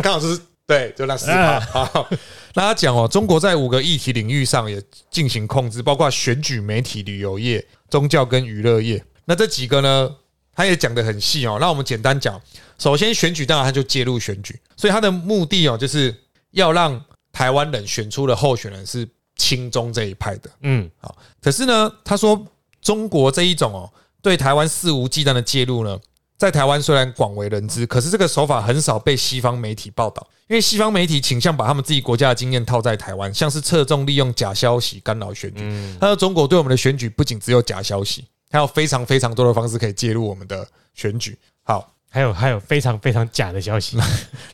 S1: 刚好就是对，就那四趴。好，那他讲哦，中国在五个议题领域上也进行控制，包括选举、媒体、旅游业、宗教跟娱乐业。那这几个呢，他也讲得很细哦。那我们简单讲，首先选举，当然他就介入选举，所以他的目的哦，就是要让台湾人选出的候选人是亲中这一派的。
S2: 嗯，
S1: 好，可是呢，他说中国这一种哦，对台湾肆无忌惮的介入呢，在台湾虽然广为人知，可是这个手法很少被西方媒体报道，因为西方媒体倾向把他们自己国家的经验套在台湾，像是侧重利用假消息干扰选举。他说中国对我们的选举不仅只有假消息，还有非常非常多的方式可以介入我们的选举。好，
S2: 还有还有非常非常假的消息，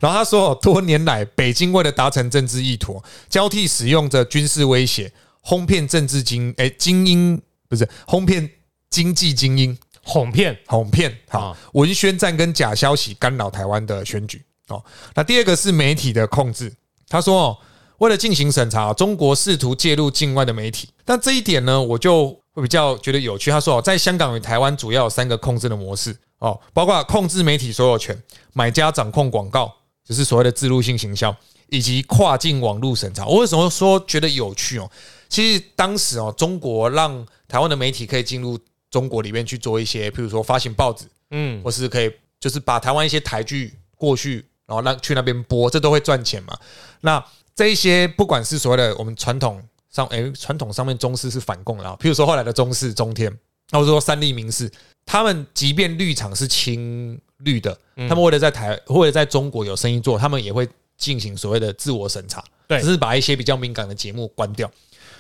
S1: 然后他说，哦多年来，北京为了达成政治意图，交替使用着军事威胁，哄骗政治精诶精英，不是哄骗经济精英，
S2: 哄骗，
S1: 哄骗好
S2: 啊
S1: 文宣战跟假消息干扰台湾的选举哦。那第二个是媒体的控制，他说哦，为了进行审查，中国试图介入境外的媒体，但这一点呢，我就会比较觉得有趣。他说哦，在香港与台湾主要有三个控制的模式哦，包括控制媒体所有权、买家掌控广告，就是所谓的自入性行销，以及跨境网络审查。我为什么说觉得有趣哦？其实当时哦，中国让台湾的媒体可以进入中国里面去做一些，譬如说发行报纸，
S2: 嗯，
S1: 或是可以就是把台湾一些台剧过去，然后让去那边播，这都会赚钱嘛。那这一些不管是所谓的我们传统上，诶、传统上面中视是反共的啊，譬如说后来的中视、中天，那我说三立、民视，他们即便立场是亲绿的，
S2: 嗯
S1: 他们为了在台，为了在中国有生意做，他们也会进行所谓的自我审查，
S2: 对
S1: 只是把一些比较敏感的节目关掉。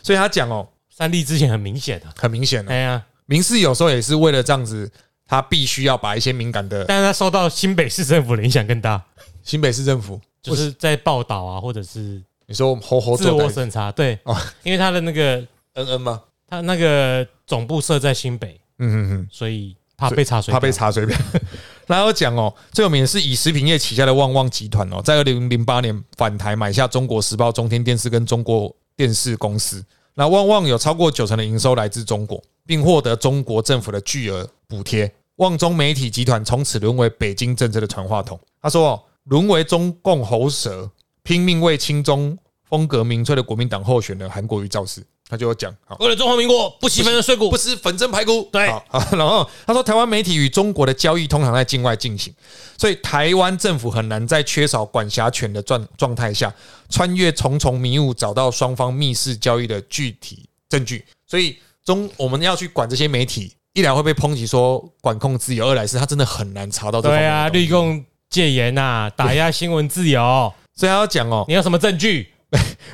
S1: 所以他讲哦，
S2: 三立之前很明显的，
S1: 很明显的、哦
S2: 哎呀，
S1: 民视有时候也是为了这样子，他必须要把一些敏感的
S2: 但是他受到新北市政府的影响更大，
S1: 新北市政府，
S2: 就是在报道啊，或者是
S1: 你说我们吼吼
S2: 自
S1: 做
S2: 我
S1: 的
S2: 审查，对
S1: 哦，
S2: 因为他的那个
S1: 嗯嗯吗？
S2: 他那个总部设在新北，
S1: 嗯嗯嗯，
S2: 所以怕被查水表，
S1: 怕被查水表。 然后讲哦，最有名的是以食品业旗下的旺旺集团哦，在二零零八年返台买下中国时报、中天电视跟中国电视公司。那旺旺有超过九成的营收来自中国，并获得中国政府的巨额补贴。旺中媒体集团从此沦为北京政治的传话筒。他说、哦，沦为中共喉舌，拼命为亲中风格民粹的国民党候选人韩国瑜造势。他就有讲，好，
S2: 为了中华民国不惜粉身碎骨
S1: 不，吃粉蒸排骨。
S2: 对
S1: 好， 好然后他说，台湾媒体与中国的交易通常在境外进行，所以台湾政府很难在缺少管辖权的状状态下，穿越重重迷雾，找到双方密室交易的具体证据。所以中我们要去管这些媒体，一来会被抨击说管控自由，二来是他真的很难查到这方
S2: 对
S1: 面的
S2: 啊，
S1: 东西
S2: 绿共戒严呐、打压新闻自 由，
S1: 所以他要讲哦，
S2: 你有什么证据？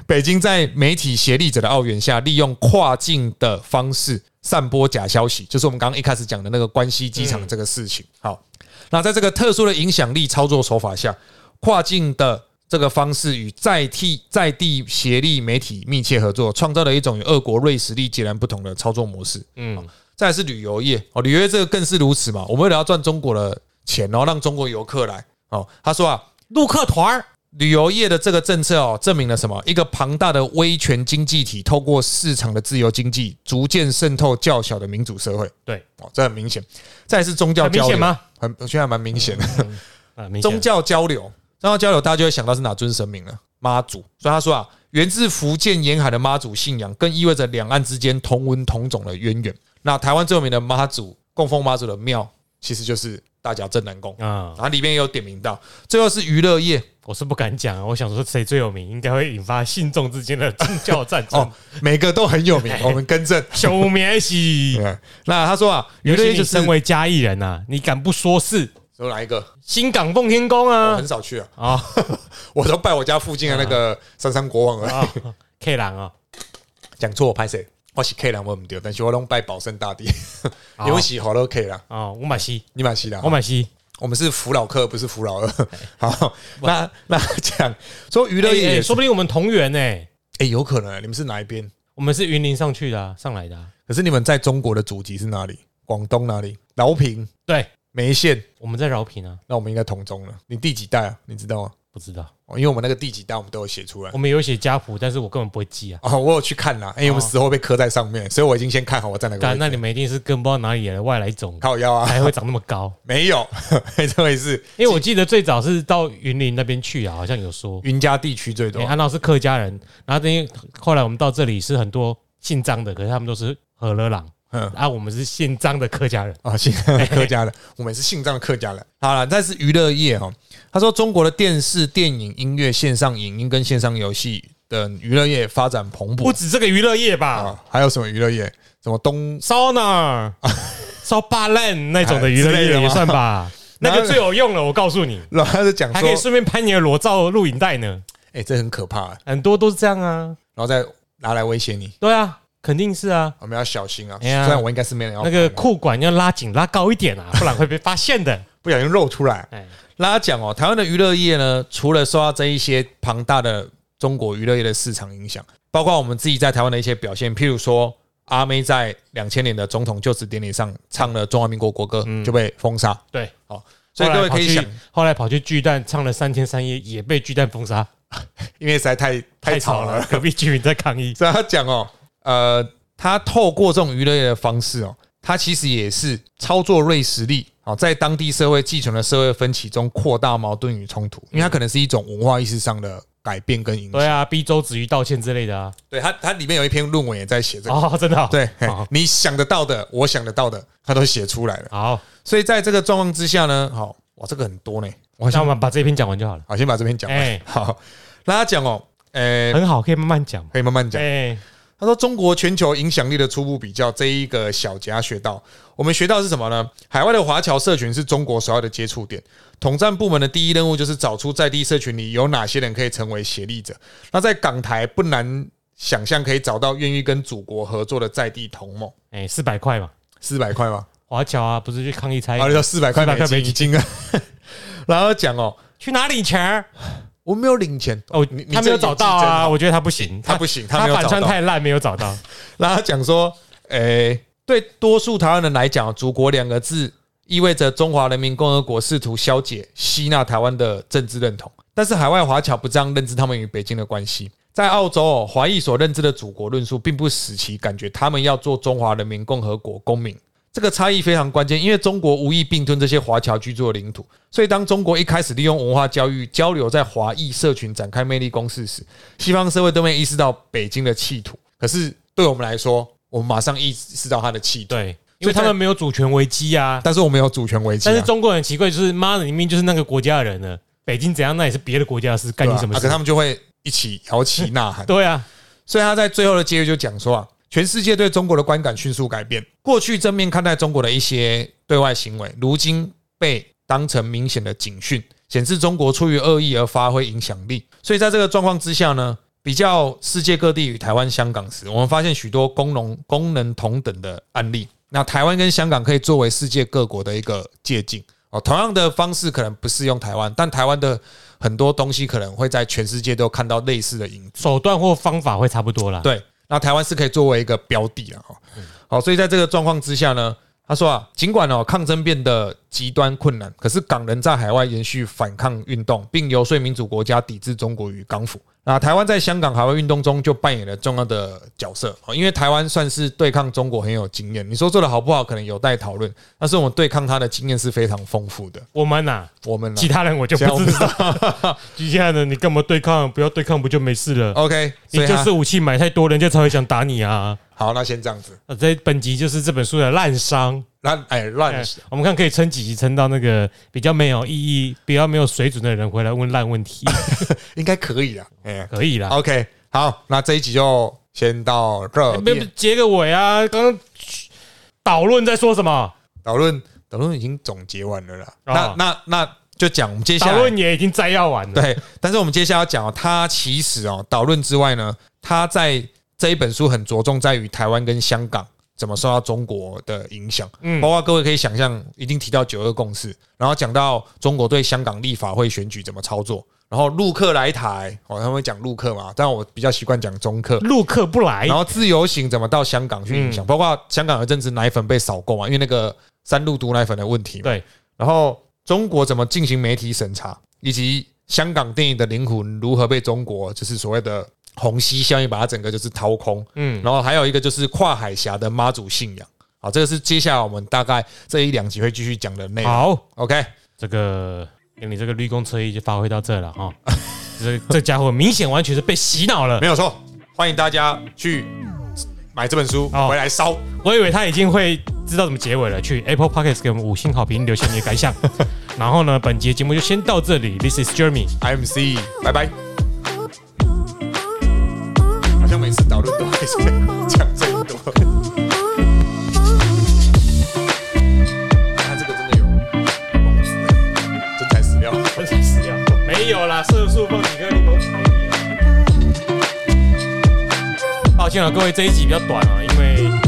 S1: 北京在媒体协力者的澳元下，利用跨境的方式散播假消息，就是我们刚刚一开始讲的那个关西机场这个事情。好，那在这个特殊的影响力操作手法下，跨境的这个方式与在地在地协力媒体密切合作，创造了一种与俄国、瑞士力截然不同的操作模式。
S2: 嗯，
S1: 再来是旅游业哦，旅游业这个更是如此嘛，我们为了要赚中国的钱，然后让中国游客来哦。他说啊，
S2: 陆客团儿，
S1: 旅游业的这个政策哦，证明了什么？一个庞大的威权经济体透过市场的自由经济，逐渐渗透较小的民主社会。
S2: 对，
S1: 哦，这很明显。再来是宗教
S2: 很明
S1: 交
S2: 显
S1: 流，
S2: 吗？
S1: 很我觉得还蛮明显的。
S2: 啊，明显
S1: 宗教交流，宗教交流，大家就会想到是哪尊神明了？妈祖。所以他说啊，源自福建沿海的妈祖信仰，更意味着两岸之间同文同种的渊源。那台湾最有名的妈祖供奉妈祖的庙，其实就是大甲镇南宫，
S2: 啊
S1: 然，后里面也有点名到。最后是娱乐业，
S2: 我是不敢讲啊，我想说谁最有名，应该会引发信众之间的宗教战争
S1: 哦。，每个都很有名，我们更正。
S2: 休眠 喜，
S1: 对那他说啊，娱
S2: 尤
S1: 乐
S2: 其
S1: 业
S2: 你
S1: 就是
S2: 身为嘉义人呐，你敢不说是
S1: 说哪一个？
S2: 新港奉天宫
S1: 我
S2: 啊？
S1: 很少去啊，
S2: 啊
S1: 我都拜我家附近的那个三山国王而已。
S2: 啊，K 狼啊，
S1: 讲错我拍谁？我是 K 啦，我唔丢，但是我拢拜保生大帝，
S2: 好
S1: 你们是好都 K 啦，
S2: 啊，我马西，
S1: 你买是啦
S2: 我。马西，
S1: 我们是福老客，不是福 老二。好，那那讲说娱乐
S2: 哎哎哎
S1: 业也是
S2: 说，不定我们同源呢，
S1: 哎，有可能啊你们是哪一边？
S2: 我们是云林上去的啊，上来的啊，
S1: 可是你们在中国的祖籍是哪里？广东哪里？饶平、
S2: 对，
S1: 梅县，
S2: 我们在饶平啊，
S1: 那我们应该同宗了。你第几代啊？你知道吗？
S2: 不知道，
S1: 哦因为我们那个第几单我们都有写出来
S2: 我。们有写家谱，但是我根本不会记啊。
S1: 哦，我有去看啦，因为我们死后被刻在上面，所以我已经先看好我在哪个
S2: 干，
S1: 位置。
S2: 那你们一定是跟不知道哪里来的外来种，
S1: 靠腰啊，
S2: 才会长那么 高。
S1: 没有， 没这回事。
S2: 因为我记得最早是到云林那边去啊，好像有说，
S1: 云家地区最多
S2: 哎，，安老是客家人，然后等于后来我们到这里是很多姓张的，可是他们都是和勒朗，
S1: 嗯，
S2: 啊，我们是姓张的客家人。
S1: 啊，姓客家的，我们是姓张的客家人。 好了，但是娱乐业哈，他说中国的电视、电影、音乐、线上影音跟线上游戏等娱乐业发展蓬
S2: 不
S1: 勃
S2: 止这个娱乐业吧，
S1: 啊，还有什么娱乐业？什么东
S2: 烧哪儿、烧巴烂那种的娱乐
S1: 哎之类的
S2: 业
S1: 吗
S2: 也算吧， 那
S1: 哪有
S2: 个最有用了，我告诉你，
S1: 老他是讲
S2: 还
S1: 说
S2: 可以，顺便拍你的裸照录影带呢，
S1: 哎，这很可怕，然
S2: 很多都是这样啊，
S1: 后再拿来威胁你，
S2: 对啊，肯定是啊，
S1: 我们要小心啊。虽
S2: 哎呀
S1: 然我应该是没人要
S2: 那个
S1: 碰啊
S2: 裤管要拉紧拉高一点 啊，不然会被发现的。
S1: 不小心露出来，
S2: 哎，
S1: 大家讲哦，台湾的娱乐业呢，除了受到这一些庞大的中国娱乐业的市场影响，包括我们自己在台湾的一些表现，譬如说阿妹在两千年的总统就职典礼上唱了中华民国国歌，就被封杀。
S2: 对，
S1: 好，所以各位可以想
S2: 后来跑，去，后来跑去巨蛋唱了三天三夜，也被巨蛋封杀，
S1: 因为实在太太吵了，，
S2: 隔壁居民在抗议。
S1: 所以他讲哦，呃，他透过这种娱乐业的方式哦，他其实也是操作瑞实力。哦，在当地社会寄存的社会分歧中扩大矛盾与冲突，因为它可能是一种文化意识上的改变跟影响。
S2: 对啊，逼周子瑜道歉之类的啊。
S1: 对他，他里面有一篇论文也在写这个。
S2: 哦，真的哦，
S1: 对，嘿
S2: 好
S1: 你想得到的，我想得到的，他都写出来了。
S2: 好，
S1: 所以在这个状况之下呢，好，哇，这个很多呢。我
S2: 那我
S1: 先
S2: 们把这篇讲完就好了。
S1: 好，先把这篇讲完
S2: 哎。
S1: 好，那他讲哦，呃，
S2: 很好，可以慢慢讲嘛。
S1: 可以慢慢讲。
S2: 哎，
S1: 他说，中国全球影响力的初步比较这一个小节他学到，我们学到的是什么呢？海外的华侨社群是中国首要的接触点。统战部门的第一任务就是找出在地社群里有哪些人可以成为协力者。那在港台不难想象，可以找到愿意跟祖国合作的在地同盟。
S2: 哎，四百块嘛，
S1: 四百块吗？
S2: 华侨啊，不是去抗议拆
S1: 啊，你说四百块美
S2: 400块
S1: 金
S2: 美
S1: 已经啊， 然后讲哦，
S2: 去哪里钱儿？
S1: 我没有领钱
S2: 哦
S1: 你，
S2: 他没有找到
S1: 你这个演技真
S2: 啊，
S1: 好
S2: 我觉得他不行，
S1: 他不行，他
S2: 他
S1: 没有
S2: 反
S1: 找
S2: 串
S1: 到。
S2: 太烂，没有找到。
S1: 然后讲说，诶，对多数台湾人来讲，“祖国”两个字意味着中华人民共和国试图消解、吸纳台湾的政治认同，但是海外华侨不这样认知他们与北京的关系。在澳洲哦，华裔所认知的祖国论述，并不使其感觉他们要做中华人民共和国公民。这个差异非常关键，因为中国无意并吞这些华侨居住的领土，所以当中国一开始利用文化教育交流在华裔社群展开魅力攻势时，西方社会都没意识到北京的企图。可是对我们来说，我们马上意识到他的企图，
S2: 对，因为他们没有主权危机啊。
S1: 但是我们有主权危机、啊。
S2: 但是中国人很奇怪，就是妈的，你明明就是那个国家的人呢，北京怎样，那也是别的国家的事，干
S1: 对
S2: 你
S1: 吧
S2: 什么
S1: 啊可
S2: 事
S1: 他？们就会一起摇旗呐喊。
S2: 对啊，
S1: 所以他在最后的结语就讲说啊，全世界对中国的观感迅速改变，过去正面看待中国的一些对外行为，如今被当成明显的警讯，显示中国出于恶意而发挥影响力。所以在这个状况之下呢，比较世界各地与台湾、香港时，我们发现许多功能功能同等的案例。那台湾跟香港可以作为世界各国的一个借鉴哦。同样的方式可能不适用台湾，但台湾的很多东西可能会在全世界都看到类似的影子。
S2: 手段或方法会差不多啦。
S1: 对，那台湾是可以作为一个标的啊。哦
S2: 嗯
S1: 好，所以在这个状况之下呢，他说啊，尽管哦抗争变得极端困难，可是港人在海外延续反抗运动，并游说民主国家抵制中国与港府。那台湾在香港海外运动中就扮演了重要的角色哦，因为台湾算是对抗中国很有经验。你说做的好不好，可能有待讨论，但是我们对抗他的经验是非常丰富的。
S2: 我们呐，
S1: 我们呢啊
S2: 其他人我就
S1: 其他我
S2: 不
S1: 不
S2: 知道。 其他人你干嘛对抗？不要对抗，不就没事了？
S1: ，OK，所哦
S2: 你
S1: 以啊
S2: 就
S1: 他
S2: 是武器买太多，人家才会想打你啊。
S1: 好，那先这样子，
S2: 呃，在本集就是这本书的烂伤。
S1: 那哎乱
S2: 哎我们看可以撑几集，撑到那个比较没有意义、比较没有水准的人回来问烂 问题，
S1: 应该可以啊，哎，
S2: 可以啦。
S1: OK，好，那这一集就先到这
S2: 哎没有
S1: 边。
S2: 结个尾啊！刚刚导论在说什么？
S1: 讨论讨论已经总结完了啦。那
S2: 哦
S1: 那那就讲我们接下
S2: 导
S1: 来
S2: 论也已经摘要完了。
S1: 对，但是我们接下来要讲哦，他其实哦，导论之外呢，他在这一本书很着重在于台湾跟香港怎么受到中国的影响，
S2: 嗯
S1: 包括各位可以想象，一定提到九二共识，然后讲到中国对香港立法会选举怎么操作，然后陆客来台，哦，他们会讲陆客嘛，但我比较习惯讲中客，
S2: 陆客不来
S1: 然，后自由行怎么到香港去影响，包括香港有一阵子奶粉被扫购嘛，因为那个
S2: 嗯
S1: 三鹿毒奶粉的问题嘛。
S2: 对，
S1: 然后中国怎么进行媒体审查，以及香港电影的灵魂如何被中国就是所谓的虹吸效应把它整个就是掏空，嗯，然后还有一个就是跨海峡的妈祖信仰，好，这个是接下来我们大概这一两集会继续讲的内容。
S2: 好，
S1: OK，
S2: 这个给你这个绿公车衣就发挥到这了哈。 这这家伙明显完全是被洗脑了
S1: 没，有错，欢迎大家去买这本书
S2: 哦
S1: 回来烧。
S2: 我以为他已经会知道怎么结尾了。去 Apple Podcast 给我们五星好评，留下你 的感想。然后呢，本节节目就先到这里。This is Jeremy。
S1: IMC，拜拜。好像每次导论都还是讲最多，他这个真的有梦死，真材实料。
S2: 没有啦，色素放几个柠檬水。抱歉了，各位，这一集比较短啊，因为